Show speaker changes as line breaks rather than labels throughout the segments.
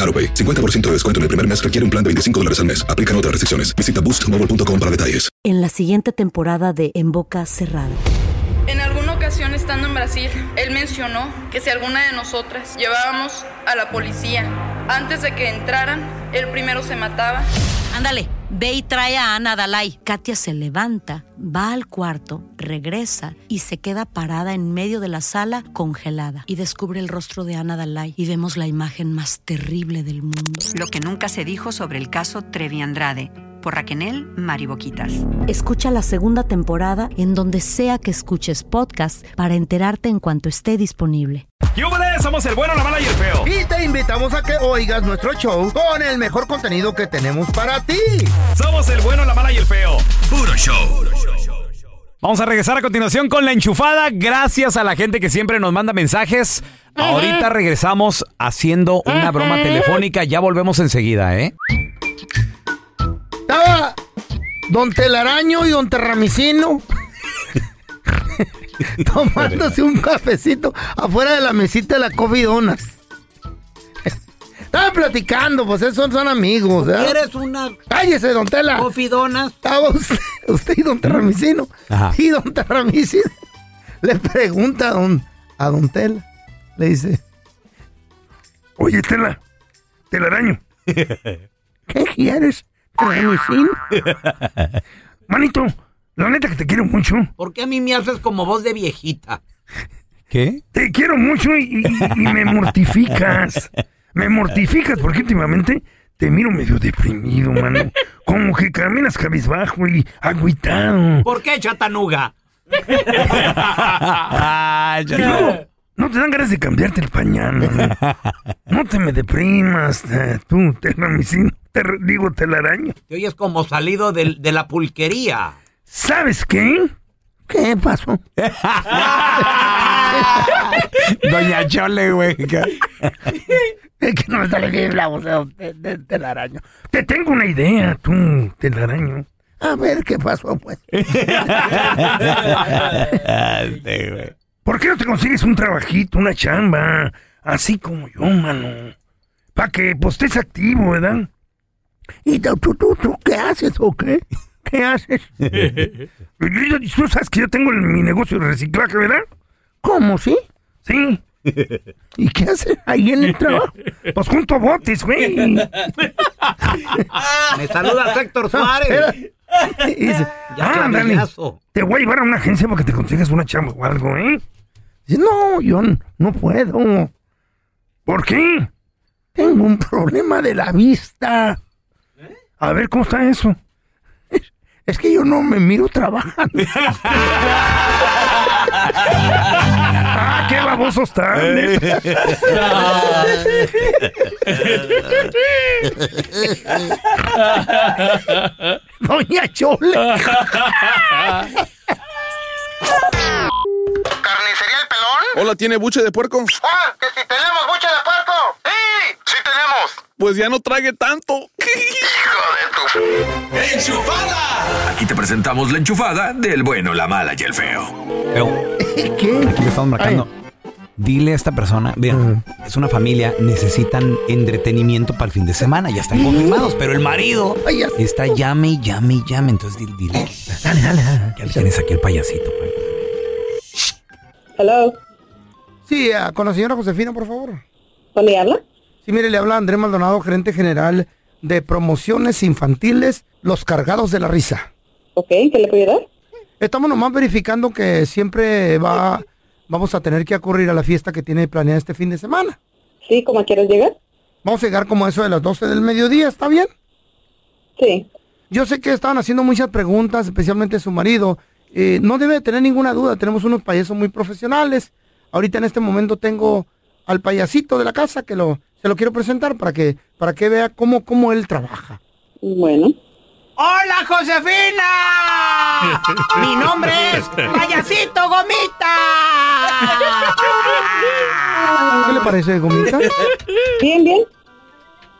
AroPay. 50% de descuento en el primer mes requiere un plan de 25 dólares al mes. Aplican otras restricciones. Visita boostmobile.com para detalles.
En la siguiente temporada de En Boca Cerrada.
En alguna ocasión estando en Brasil, él mencionó que si alguna de nosotras llevábamos a la policía antes de que entraran, él primero se mataba.
Ándale, ve y trae a Ana Dalai. Katia se levanta, va al cuarto, regresa y se queda parada en medio de la sala congelada. Y descubre el rostro de Ana Dalai y vemos la imagen más terrible del mundo.
Lo que nunca se dijo sobre el caso Trevi Andrade. Por Raquenel Mariboquitas.
Escucha la segunda temporada en donde sea que escuches podcast para enterarte en cuanto esté disponible.
¡Yúbales! Somos el bueno, la mala y el feo.
Y te invitamos a que oigas nuestro show con el mejor contenido que tenemos para ti.
Somos el bueno, la mala y el feo.
Puro show.
Vamos a regresar a continuación con la enchufada. Gracias a la gente que siempre nos manda mensajes. Ahorita regresamos haciendo una broma telefónica. Ya volvemos enseguida, ¿eh?
Estaba Don Telaraño y Don Terramicino tomándose un cafecito afuera de la mesita de la Coffee Donuts. Estaban platicando, pues esos son, son amigos. ¿verdad?
Eres una
Cállese, don Tela.
cofidonas.
Estaba usted, usted y don Terramicino.
Ajá.
Y don Terramicino le pregunta a don, a don Tela. Le dice, oye, Tela, telaraño, ¿qué quieres, Terramicino? Manito, la neta que te quiero mucho.
¿Por qué a mí me haces como voz de viejita?
¿Qué?
Te quiero mucho y, y- y me mortificas. Me mortificas porque últimamente te miro medio deprimido, mano. Como que caminas cabizbajo y agüitado.
¿Por qué chatanuga?
Ah, ya-
No, no te dan ganas de cambiarte el pañal, mano. No te me deprimas, eh, tú, terramicino. Te re- digo telaraño.
Te oyes como salido del- de la pulquería.
¿Sabes qué? ¿Qué pasó?
Doña Chole, güey.
Es que no me sale bien la voz de, de- telaraño. Te tengo una idea, tú, telaraño. A ver qué pasó, pues.
Este, güey.
¿Por qué no te consigues un trabajito, una chamba? Así como yo, mano. Pa' que pues estés activo, ¿verdad? ¿Y tú, tú, tú, tú qué haces o qué? ¿Qué haces? Y- y- y tú sabes que yo tengo el- mi negocio de reciclaje, ¿verdad? ¿Cómo, sí? Sí. ¿Y qué haces ahí en el trabajo? Pues junto a botes, güey.
Me saluda Héctor Suárez.
Y Ah, dice,
Ya,
"Ah, ándale,
clavillazo.
te voy a llevar a una agencia para que te consigas una chamba o algo, ¿eh? Dice, no, yo n- no puedo. ¿Por qué? Tengo un problema de la vista. A ver, ¿cómo está eso? Es, es que yo no me miro trabajando. ah, qué baboso ¿eh? está. Doña Chole.
¿Carnicería El Pelón?
Hola, ¿tiene buche de puerco?
¡Ah! ¡Que si tenemos buche de puerco! ¡Sí! ¡Sí tenemos! pues ya no trague tanto.
¡Enchufada! Aquí te presentamos la enchufada del bueno, la mala y el feo.
¿Qué? Aquí le estamos marcando. Dile a esta persona, vean, es una familia, necesitan entretenimiento para el fin de semana, ya están confirmados, pero el marido
Ay, ya.
está llame y llame y llame, entonces dile, dile. Dale, dale, Ya tienes aquí el payasito, pues. güey.
Hello,
Sí, ah, con la señora Josefina, por favor.
¿con le habla?
Sí, mire, le habla Andrés Maldonado, gerente general de promociones infantiles, los cargados de la risa.
Ok, ¿qué le puedo ayudar?
Estamos nomás verificando que siempre va, vamos a tener que ocurrir a la fiesta que tiene planeada este fin de semana.
Sí, ¿cómo quieres llegar?
Vamos a llegar como a eso de las 12 del mediodía, ¿está bien?
Sí.
Yo sé que estaban haciendo muchas preguntas, especialmente su marido. Eh, no debe de tener ninguna duda, tenemos unos payasos muy profesionales. Ahorita en este momento tengo al payasito de la casa que lo, se lo quiero presentar para que, para que vea cómo, cómo él trabaja.
Bueno,
¡Hola, Josefina! Mi nombre es Payasito Gomita. ¿Qué le parece, Gomita?
bien, bien.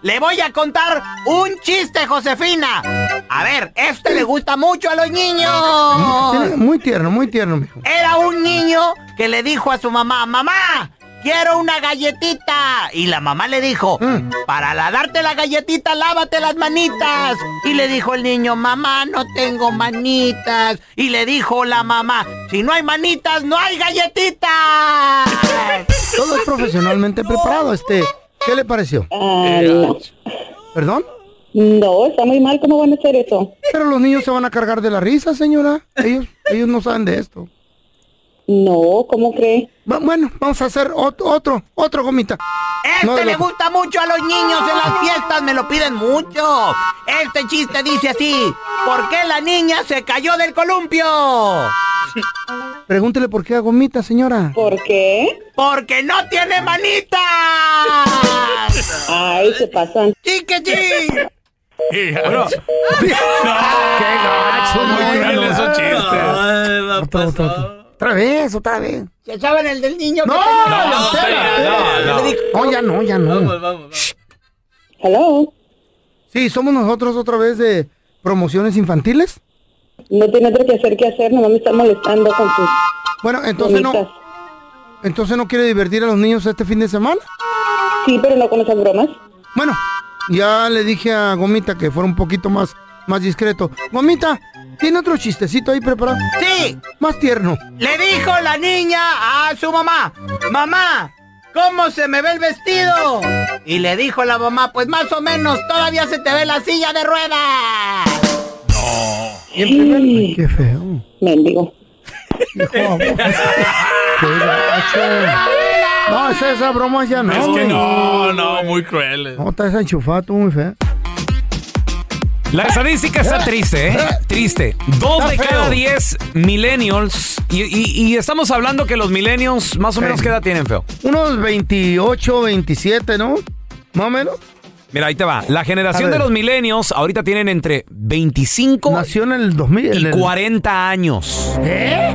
Le voy a contar un chiste, Josefina. A ver, este le gusta mucho a los niños.
Tiene- Muy tierno, muy tierno, mijo.
Era un niño que le dijo a su mamá, mamá, quiero una galletita. Y la mamá le dijo,
Mm.
para la darte la galletita, lávate las manitas. Y le dijo el niño, mamá, no tengo manitas. Y le dijo la mamá, si no hay manitas, no hay galletitas.
Todo es profesionalmente preparado, este. ¿Qué le pareció?
Ah, no.
¿Perdón?
No, está muy mal, ¿cómo van a hacer eso?
Pero los niños se van a cargar de la risa, señora. Ellos, ellos no saben de esto.
No, ¿cómo cree?
Va- Bueno, vamos a hacer ot- otro, otro gomita.
Este
No, de
le
loco.
gusta mucho a los niños en las fiestas, me lo piden mucho. Este chiste dice así, ¿por qué la niña se cayó del columpio?
Pregúntele por qué a gomita, señora.
¿Por qué?
Porque no tiene manitas.
Ay, se pasan.
¡Chiquichi!
Bueno, muy cruel esos chistes.
Otro, otro, otro. Otra vez, otra vez.
¿Se saben el del niño?
¡No!
No, no, no.
No, ya no, ya no.
Hello,
Sí, somos nosotros otra vez de promociones infantiles.
no tiene otro que hacer que hacer, nomás me están molestando con sus
Bueno, entonces no,
bromitas.
entonces no quiere divertir a los niños este fin de semana.
Sí, pero no con esas bromas.
Bueno, ya le dije a Gomita que fuera un poquito más, más discreto. Gomita, ¿tiene otro chistecito ahí preparado?
Sí,
Más tierno.
le dijo la niña a su mamá, mamá, ¿cómo se me ve el vestido? Y le dijo la mamá, pues más o menos, todavía se te ve la silla de ruedas.
Sí,
Qué feo.
mendigo.
Qué gacho. No, esa, esa broma ya no.
Es que
güey.
no, no, muy cruel.
No, está esa enchufada tú muy fea.
La estadística está triste, ¿eh? Triste. Dos de
Está
cada
feo.
diez millennials. Y, y- y estamos hablando que los millennials, más o menos, ¿qué edad tienen, feo?
Unos 28, 27, ¿no? Más o menos.
Mira, ahí te va. La
A
generación de
ver.
los millennials ahorita tienen entre 25
Nació en el 2000. en
y
el-
40 años.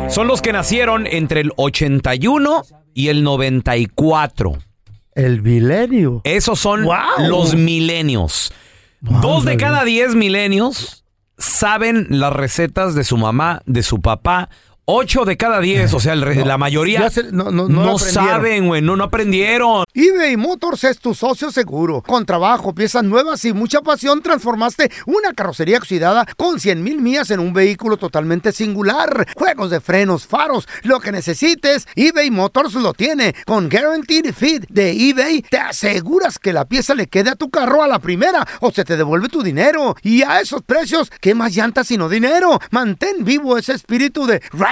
Son los que nacieron entre el 81 y el 94.
El milenio.
Esos son
Wow.
los milenios.
Wow,
Dos de
hombre.
cada diez milenios saben las recetas de su mamá, de su papá. Ocho de cada diez, o sea, el re- la mayoría
Ya se- no, no, no
no,
lo aprendieron.
saben, güey, no, no aprendieron.
eBay Motors es tu socio seguro. Con trabajo, piezas nuevas y mucha pasión, transformaste una carrocería oxidada con 100 mil millas en un vehículo totalmente singular. Juegos de frenos, faros, lo que necesites, eBay Motors lo tiene. Con Guaranteed Fit de eBay, te aseguras que la pieza le quede a tu carro a la primera o se te devuelve tu dinero. Y a esos precios, ¿qué más llantas sino dinero? Mantén vivo ese espíritu de Ride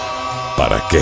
¿para qué?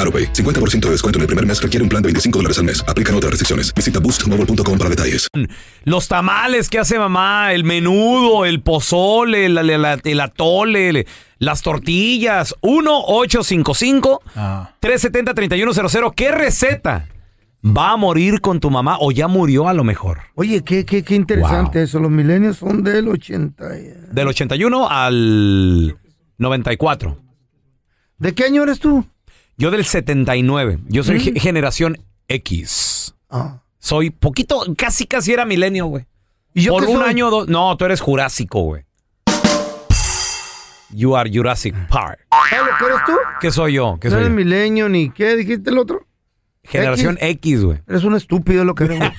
AroPay. 50% de descuento en el primer mes requiere un plan de 25 dólares al mes. Aplican otras restricciones. Visita boostmobile.com para detalles.
Los tamales que hace mamá, el menudo, el pozole, la- la- la- el atole, le- las tortillas.
Ah.
1-855-370-3100. ¿Qué receta va a morir con tu mamá o ya murió a lo mejor?
Oye, qué, qué, qué interesante eso. Los milenios son del 80. y-
Del 81 al 94.
¿De qué año eres tú?
Yo del 79. Yo soy
Mm.
ge- generación X.
Ah.
Soy poquito, casi casi era milenio, güey.
¿Y yo
Por
qué
un
soy?
año o dos. No, tú eres jurásico, güey. You are Jurassic Park.
¿Sabes lo que eres tú?
¿Qué soy yo? ¿Qué
no
soy
eres
yo?
milenio ni qué, dijiste el otro.
Generación X, güey.
Eres un estúpido lo que eres. güey.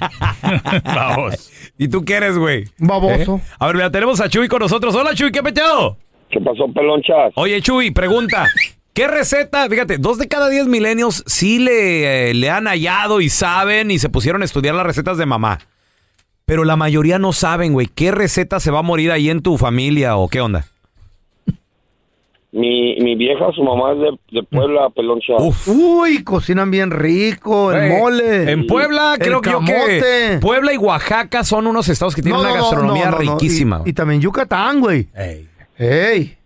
Vamos. ¿Y tú qué eres, güey?
Baboso.
¿Eh? A ver, mira, tenemos a Chuy con nosotros. Hola, Chuy, ¿qué peteado?
¿Qué pasó, pelonchas?
Oye, Chuy, pregunta. ¿Qué receta? Fíjate, dos de cada diez milenios sí le, eh, le han hallado y saben y se pusieron a estudiar las recetas de mamá. Pero la mayoría no saben, güey. ¿Qué receta se va a morir ahí en tu familia o qué onda?
Mi, mi vieja, su mamá es de, de Puebla, peloncha.
Uy, cocinan bien rico, el
Güey,
Pues mole.
En Puebla,
el
creo que yo que
camote.
Puebla y Oaxaca son unos estados que tienen
No,
una
no, no,
gastronomía
no, no, no. Y-
riquísima.
Y, también Yucatán, güey.
Ey.
Ey.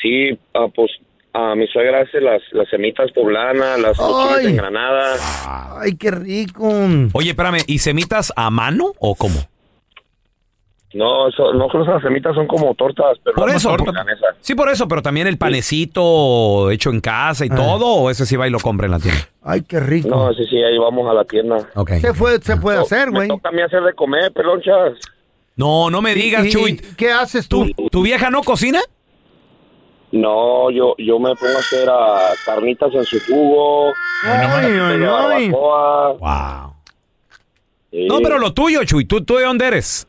Sí, ah, pues a mi suegra hace las, las semitas poblanas, las cochinas de Granada.
Ay, qué rico.
Oye, espérame, ¿y semitas a mano o cómo?
No, eso- no creo que las semitas son como tortas, pero
Por
no
eso,
son
por-
milanesas.
Sí, por eso, pero también el panecito hecho en casa y todo, o ese sí va y lo compra en la tienda.
Ah. Ay, qué rico.
No, sí, sí, ahí vamos a la tienda.
Ok.
Se, fue, se puede hacer, güey.
Me toca a mí hacer de comer, pelonchas.
No, no me digas,
y-
Chuy.
¿Qué haces tú?
¿Tu vieja no cocina?
No, yo, yo me pongo a hacer ah, carnitas en su jugo.
Ay, ay, ay.
Wow.
No, pero lo tuyo, Chuy. ¿Tú, tú de dónde eres?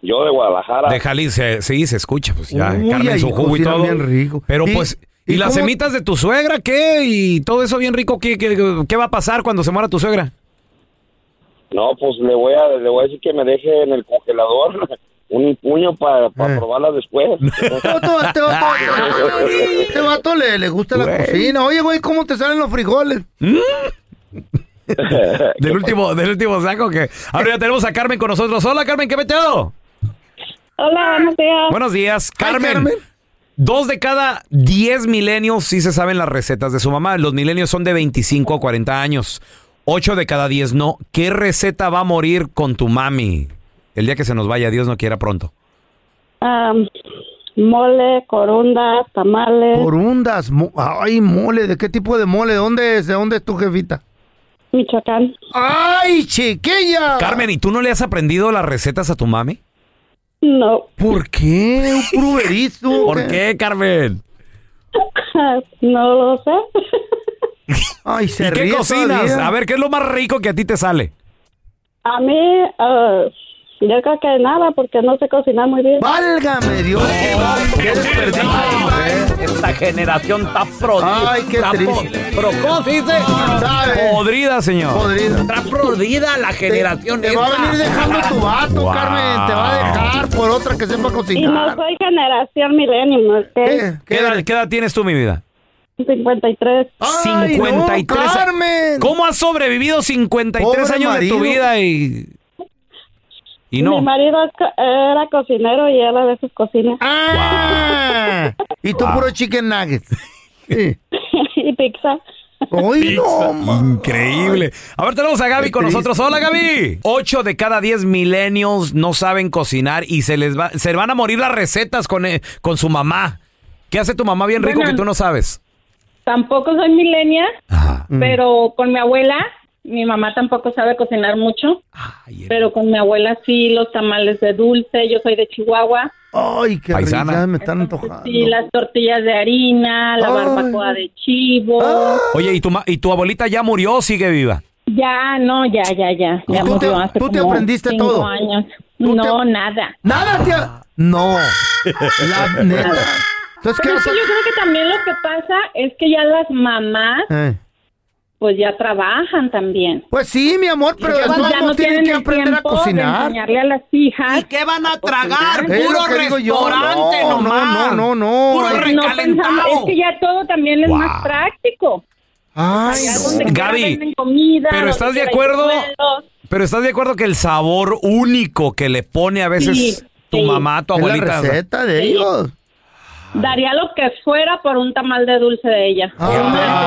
Yo de Guadalajara.
De Jalisco, eh, sí, se escucha. Pues ya,
Uy,
Carmen,
ahí
su jugo y
cocinan
todo.
bien rico.
Pero
¿Y-
pues,
y
¿y, las
cómo-
semitas de tu suegra qué? ¿Y todo eso bien rico? ¿Qué, qué, qué va a pasar cuando se muera tu suegra?
No, pues le voy a, le voy a decir que me deje en el congelador un puño para
Eh.
probarla después.
Toto, este vato, este vato le, le gusta la cocina. Oye, güey, ¿cómo te salen los frijoles?
del, último, del último saco que... Ahora ya tenemos a Carmen con nosotros. Hola, Carmen, ¿qué metido?
Hola, buenos días.
Buenos días, Carmen. Dos de cada diez milenios sí se saben las recetas de su mamá. Los milenios son de 25 a 40 años. Ocho de cada diez no. ¿Qué receta va a morir con tu mami? El día que se nos vaya, Dios no quiera pronto.
Am, mole, corundas, tamales.
Corundas. mo- Ay, mole. ¿De qué tipo de mole? ¿De dónde es? ¿De dónde es tu jefita?
Michoacán.
¡Ay, chiquilla!
Carmen, ¿y tú no le has aprendido las recetas a tu mami?
No.
¿Por qué? ¿Un pruberizo?
¿Por qué, Carmen?
no lo sé.
Ay, se
¿Y qué
ríe
cocinas?
todavía.
A ver, ¿qué es lo más rico que a ti te sale?
A mí, ah, yo creo que nada, porque no sé cocinar muy bien.
¡Válgame Dios!
Esta generación está pro.
¿eh? Ay, qué
está
triste.
Pro, pro- ¿cómo se dice?
Podrida, señor.
Está prodida la generación
Te va a venir dejando tu vato,
Wow.
Carmen. Te va a dejar Ah, por otra que sepa
Y no
cocinar.
soy generación milenio, ¿ok?
¿Qué edad, qué edad tienes tú, mi vida?
53.
Ay, no, 53.
Carmen.
¿Cómo has sobrevivido 53
Pobre
años de tu
marido.
vida y, y no?
Mi marido es co- era cocinero y él a veces cocina.
Ah, Y tú puro chicken nuggets. Sí.
y pizza.
Ay, no,
Increíble. A ver, tenemos a Gaby
Qué
con
triste.
nosotros. Hola, Gaby. Ocho de cada diez millennials no saben cocinar y se les va, se van a morir las recetas con, eh, con su mamá. ¿Qué hace tu mamá bien rico
Bueno.
que tú no sabes?
Tampoco soy milenia, pero con mi abuela, mi mamá tampoco sabe cocinar mucho, pero con mi abuela sí los tamales de dulce, yo soy de Chihuahua,
Ay, qué
Paisana.
rica, me están antojando.
Sí, las tortillas de harina, la barbacoa de chivo.
Oye, ¿y tu, ma- ¿y tu abuelita ya murió o sigue viva?
Ya, no, ya, ya, ya.
¿Y
Ya
tú te-
murió hace
tú te
como
aprendiste
cinco
todo?
años. No, nada.
Nada, tía. No. La neta. Entonces, ¿qué
Pero es que
haces?
yo creo que también lo que pasa es que ya las mamás,
Eh.
pues ya trabajan también.
Pues sí, mi amor, pero de todos modos tienen que aprender a cocinar.
enseñarle a las hijas. ¿Y qué
van a tragar?
Es lo que digo yo. No, no, no, no, no.
no pensamos, es que ya todo también es
Wow.
más práctico.
Ay,
Allá donde quiera
Gaby,
venden comida,
pero
donde
¿estás de
quiera hay
acuerdo?
sueldos.
Pero estás de acuerdo que el sabor único que le pone a veces
Sí,
tu
sí.
mamá, tu
Es la
abuelita.
receta de ellos.
Daría lo que fuera por un tamal de dulce de ella.
Ah,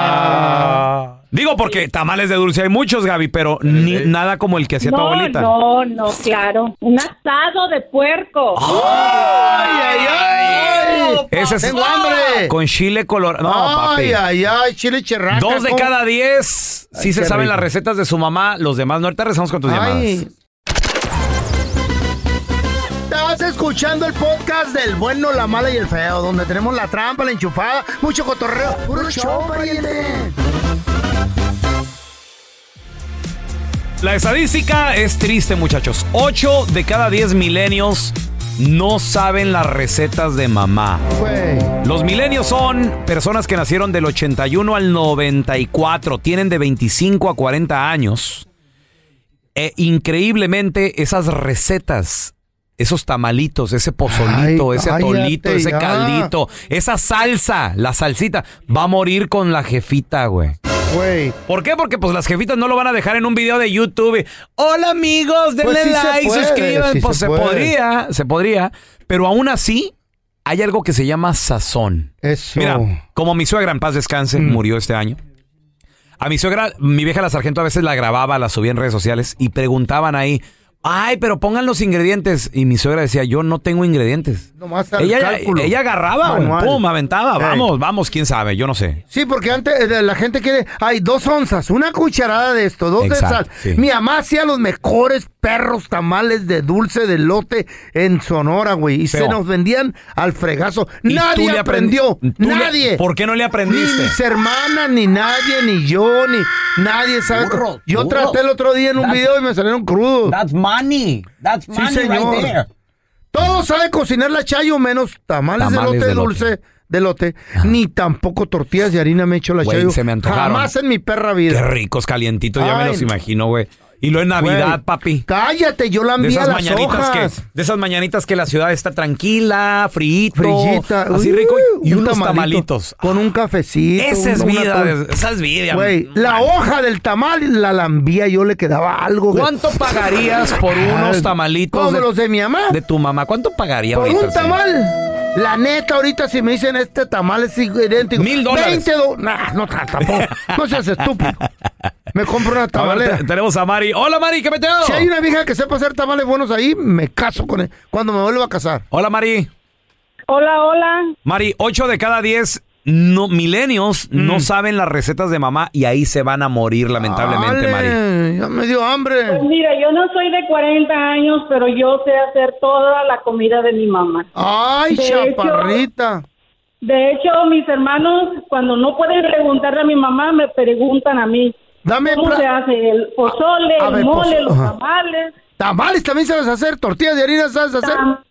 Ah. Digo porque tamales de dulce hay muchos, Gaby, pero ni, nada como el que hacía tu
no,
abuelita.
no, no, claro. Un asado de puerco.
¡Ay, ay, ay!
Ese es
¡Tengo hambre!
con chile colorado. No,
ay,
papi.
ay, ay, chile cherraca.
Dos de
¿cómo?
cada diez sí
Ay,
se
qué
saben
rico.
las recetas de su mamá, los demás no. Ahorita rezamos con tus llamadas.
Ay. Estás escuchando el podcast del bueno, la mala y el feo, donde tenemos la trampa, la enchufada, mucho cotorreo. ¡Puro show, pariente!
La estadística es triste, muchachos. 8 de cada 10 milenios no saben las recetas de mamá. Los milenios son personas que nacieron del 81 al 94, tienen de 25 a 40 años. E increíblemente, esas recetas, esos tamalitos, ese pozolito,
Ay,
ese
cállate
atolito, ese
ya.
caldito, esa salsa, la salsita, va a morir con la jefita, güey.
Güey.
¿Por qué? Porque pues las jefitas no lo van a dejar en un video de YouTube. Hola amigos, denle
Pues sí se
like,
puede,
suscriban.
sí
pues
se
se,
puede.
podría, se podría. Pero aún así, hay algo que se llama sazón.
Eso. Mm.
Mira, como mi suegra en paz descanse, murió este año. A mi suegra, mi vieja la sargento a veces la grababa, la subía en redes sociales y preguntaban ahí, ay, pero pongan los ingredientes. Y mi suegra decía, yo no tengo ingredientes.
Nomás al
Ella,
cálculo.
ella agarraba, güey,
Manual.
pum, aventaba,
Ey.
vamos, vamos, quién sabe, yo no sé.
Sí, porque antes eh, la gente quiere, hay dos onzas, una cucharada de esto, dos
Exacto,
de sal.
sí.
Mi mamá hacía los mejores perros tamales de dulce de lote en Sonora, güey, y se
Feo.
nos vendían al fregazo.
¿Y tú
Nadie
le aprend-
aprendió,
tú le-
nadie.
¿Por qué no le aprendiste?
Ni mis hermanas, ni nadie, ni yo, ni nadie sabe.
Burro,
cómo- yo
burro.
traté el otro día en un
That's-
video y me salieron crudos.
That's money. That's
Sí,
money
señor.
right there.
Todo sabe cocinar la chayo, menos tamales,
Tamales
de lote
de lote.
dulce de lote, ni tampoco tortillas de harina me he hecho la
Güey,
chayo.
se me antojaron.
Jamás en mi perra
Qué
vida.
ricos, calientitos, ya me
Ay.
los imagino, güey. Y lo en Navidad,
Güey,
papi.
Cállate, yo
De
la envía
esas,
las
mañanitas que,
hojas.
de esas mañanitas que la ciudad está tranquila, frito,
Frillita.
así rico,
uy,
y
un
unos
tamalito
tamalitos.
Con un cafecito.
Esa es
una- una
vida,
to-
esa es vida.
Güey, la hoja del tamal la lambía, yo le quedaba algo. güey.
¿Cuánto pagarías por unos
Ay,
tamalitos?
Como Ah, los de mi mamá.
De tu mamá, ¿cuánto pagaría
Por
ahorita?
un
sí?
tamal. La neta, ahorita si me dicen este tamal es idéntico.
Mil dólares.
20 do- Nah, no ta- tampoco. No seas estúpido. Me compro una
A ver,
tamalera.
te- tenemos a Mari. Hola, Mari, ¿qué meteo?
Si hay una vieja que sepa hacer tamales buenos ahí, me caso con él. Cuando me vuelva a casar.
Hola, Mari.
Hola, hola.
Mari, 8 de cada 10 no, milenios
Mm.
no saben las recetas de mamá y ahí se van a morir, lamentablemente, Mari.
Dale, ya me dio hambre.
Pues mira, yo no soy de 40 años, pero yo sé hacer toda la comida de mi mamá.
Ay,
De hecho-
chaparrita.
De hecho, mis hermanos, cuando no pueden preguntarle a mi mamá, me preguntan a mí.
Dame
¿Cómo
pla-
se hace el pozole,
A
el
ver,
mole,
pozole,
los
ajá.
tamales?
Tamales también sabes hacer. Tortillas de harina sabes hacer.
tam-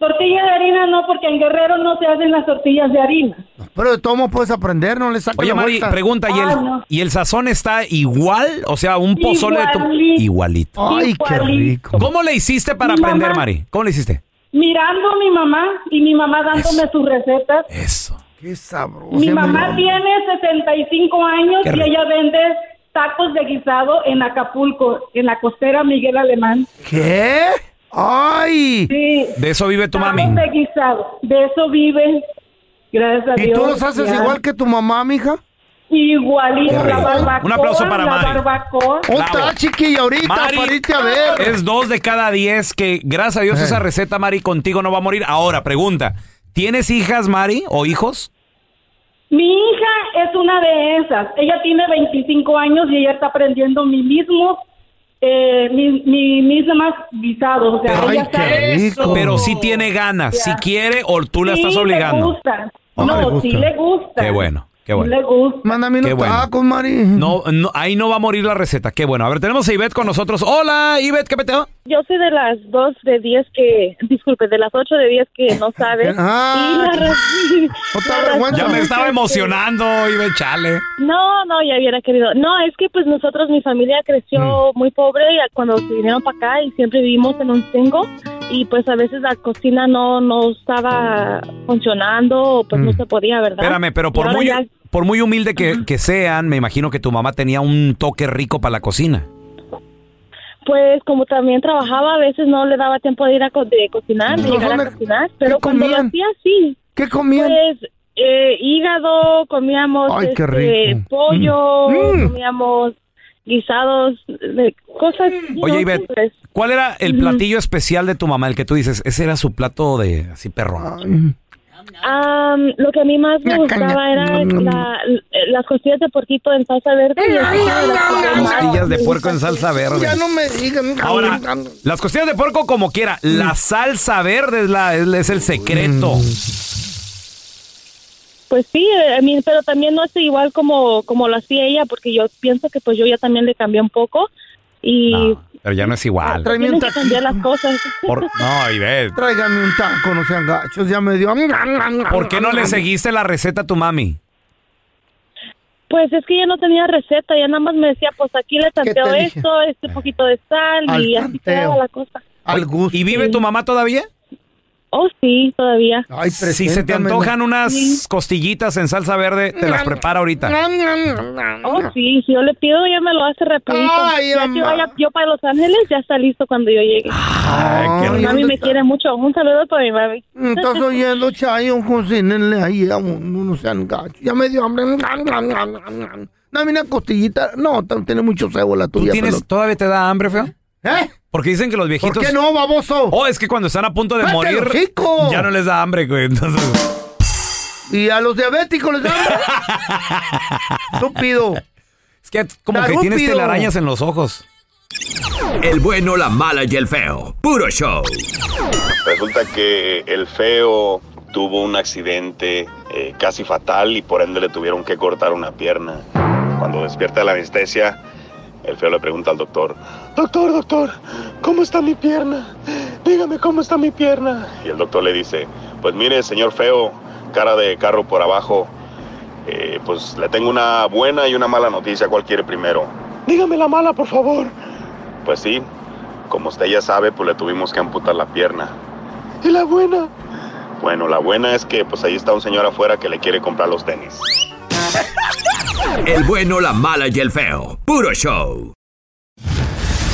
Tortilla de harina no, porque en Guerrero no se hacen las tortillas de harina.
Pero de todo modo puedes aprender, no le sacas
Oye,
la
Mari,
vuelta.
pregunta, ¿y el,
Ah, no.
¿y el sazón está igual? O sea, un pozole de tu...
Igualito.
Igualito.
Ay, qué
Igualito.
rico.
¿Cómo le hiciste para
Mi
aprender,
mamá.
Mari? ¿Cómo le hiciste?
Mirando a mi mamá y mi mamá dándome sus recetas.
Eso.
Qué sabroso.
Mi
Ya me
mamá
dio-
tiene 65 años
Qué
y
rico.
ella vende tacos de guisado en Acapulco, en la costera Miguel Alemán.
¿Qué? ¡Ay!
Sí,
De eso vive tu
tacos
mami.
de guisado, de eso vive. Gracias a Dios.
¿Y tú los haces
ya.
igual que tu mamá, mija?
Qué
Igualito, la
rico.
barbacoa.
Un aplauso para
la
Mari.
barbacoa.
Otra chiquilla ahorita,
Mari,
pariste a ver.
Es dos de cada diez que, gracias a Dios,
Eh.
esa receta, Mari, contigo no va a morir. Ahora, pregunta, ¿tienes hijas, Mari, o hijos?
Mi hija es una de esas. Ella tiene 25 años y ella está aprendiendo mi mismo
eh, mis, mis, mis demás guisados. O sea, ella sabe-
Pero si tiene ganas, si quiere o tú la
Sí,
estás
le
obligando.
gusta.
Ah, le
no,
gusta.
sí le gusta.
Qué bueno, qué bueno.
Le gusta.
Mándame
Qué bueno. No, no, ahí no va a morir la receta. Qué bueno. A ver, tenemos a Ivette con nosotros. Hola, Ivette, ¿qué peteo?
Yo soy de las 2 de 10 que, disculpe, de las 8 de 10 que no sabe.
Ah.
Y la re- la
Ya
razón
me
es
estaba
que-
emocionando, Ivette, chale.
No, no, ya hubiera querido. No, es que pues nosotros, mi familia creció muy pobre y a- cuando se vinieron para acá y siempre vivimos en un cinco y pues a veces la cocina no no estaba funcionando o pues no se podía, ¿verdad?
Espérame, pero por
Y ahora
muy,
ya-
por muy humilde que, que sean, me imagino que tu mamá tenía un toque rico para la cocina.
Pues como también trabajaba, a veces no le daba tiempo de ir a co- de cocinar, de
Entonces,
llegar a
¿dónde-
cocinar, pero cuando lo
comían?
hacía sí.
¿Qué comían?
Pues eh, hígado, comíamos
Ay, qué
este,
rico.
pollo,
Mm.
comíamos guisados, de cosas.
Mm.
Pues, you
Oye,
know,
Ivette,
simples.
¿cuál era el platillo especial de tu mamá? El que tú dices, ese era su plato de así perrón.
Am, lo que a mí más me gustaba
Mm,
era la- las costillas de porquito en salsa verde. y eso era lo que
Ah,
yo amaba.
Costillas de puerco en salsa verde.
pues, Ya no me digan.
Ahora, las costillas de puerco como quiera,
Mm.
la salsa verde es, la, es, es el secreto.
Mm.
Pues sí, eh, I mean, pero también no es igual como, como lo hacía ella, porque yo pienso que pues yo ya también le cambié un poco y
Pero ya no es igual.
tienes que cambiar las cosas.
Por- no, Ivette.
Tráigame un taco, no sean gachos, ya me dio.
¿Por qué no le seguiste la receta a tu mami?
Pues es que ella no tenía receta, ella nada más me decía, pues aquí le tanteo
dije?
esto, este poquito de sal
Al
y así
tanteo.
quedaba la cosa.
Al gusto.
¿Y vive tu mamá todavía?
Oh, sí, todavía.
si se te antojan unas costillitas en salsa verde, te las prepara ahorita.
Oh, sí, si yo le pido, ella me lo hace rapidito.
Ay,
ya que
mamá.
vaya yo para Los Ángeles, ya está listo cuando yo llegue.
Ah, Ay,
mi mami me quiere mucho. Un saludo para mi mami.
Estás oyendo, Chayo, cocínenle ahí a uno, no sean gachos. Ya me dio hambre. Dame una costillita. No, t- tiene mucho cebo la
¿Tú
tuya.
tienes,
pelota.
todavía te da hambre, feo?
¿Eh?
Porque dicen que los viejitos...
¿Por qué no, baboso?
Oh, es que cuando están a punto de
¡Cállate
morir,
el hocico!
ya no les da hambre, güey. Entonces,
Y a los diabéticos les da hambre. Estúpido.
Es que como que tienes telarañas en los ojos.
El bueno, la mala y el feo. Puro show.
Resulta que el feo tuvo un accidente eh, casi fatal y por ende le tuvieron que cortar una pierna. Cuando despierta de la anestesia, el feo le pregunta al doctor
Doctor, doctor, ¿cómo está mi pierna? Dígame cómo está mi pierna.
y el doctor le dice, pues mire señor feo, cara de carro por abajo, eh, pues le tengo una buena y una mala noticia, ¿cuál quiere primero?
Dígame la mala, por favor.
Pues sí, como usted ya sabe, pues le tuvimos que amputar la pierna.
¿Y la buena?
Bueno, la buena es que pues ahí está un señor afuera que le quiere comprar los tenis.
El bueno, la mala y el feo. Puro show.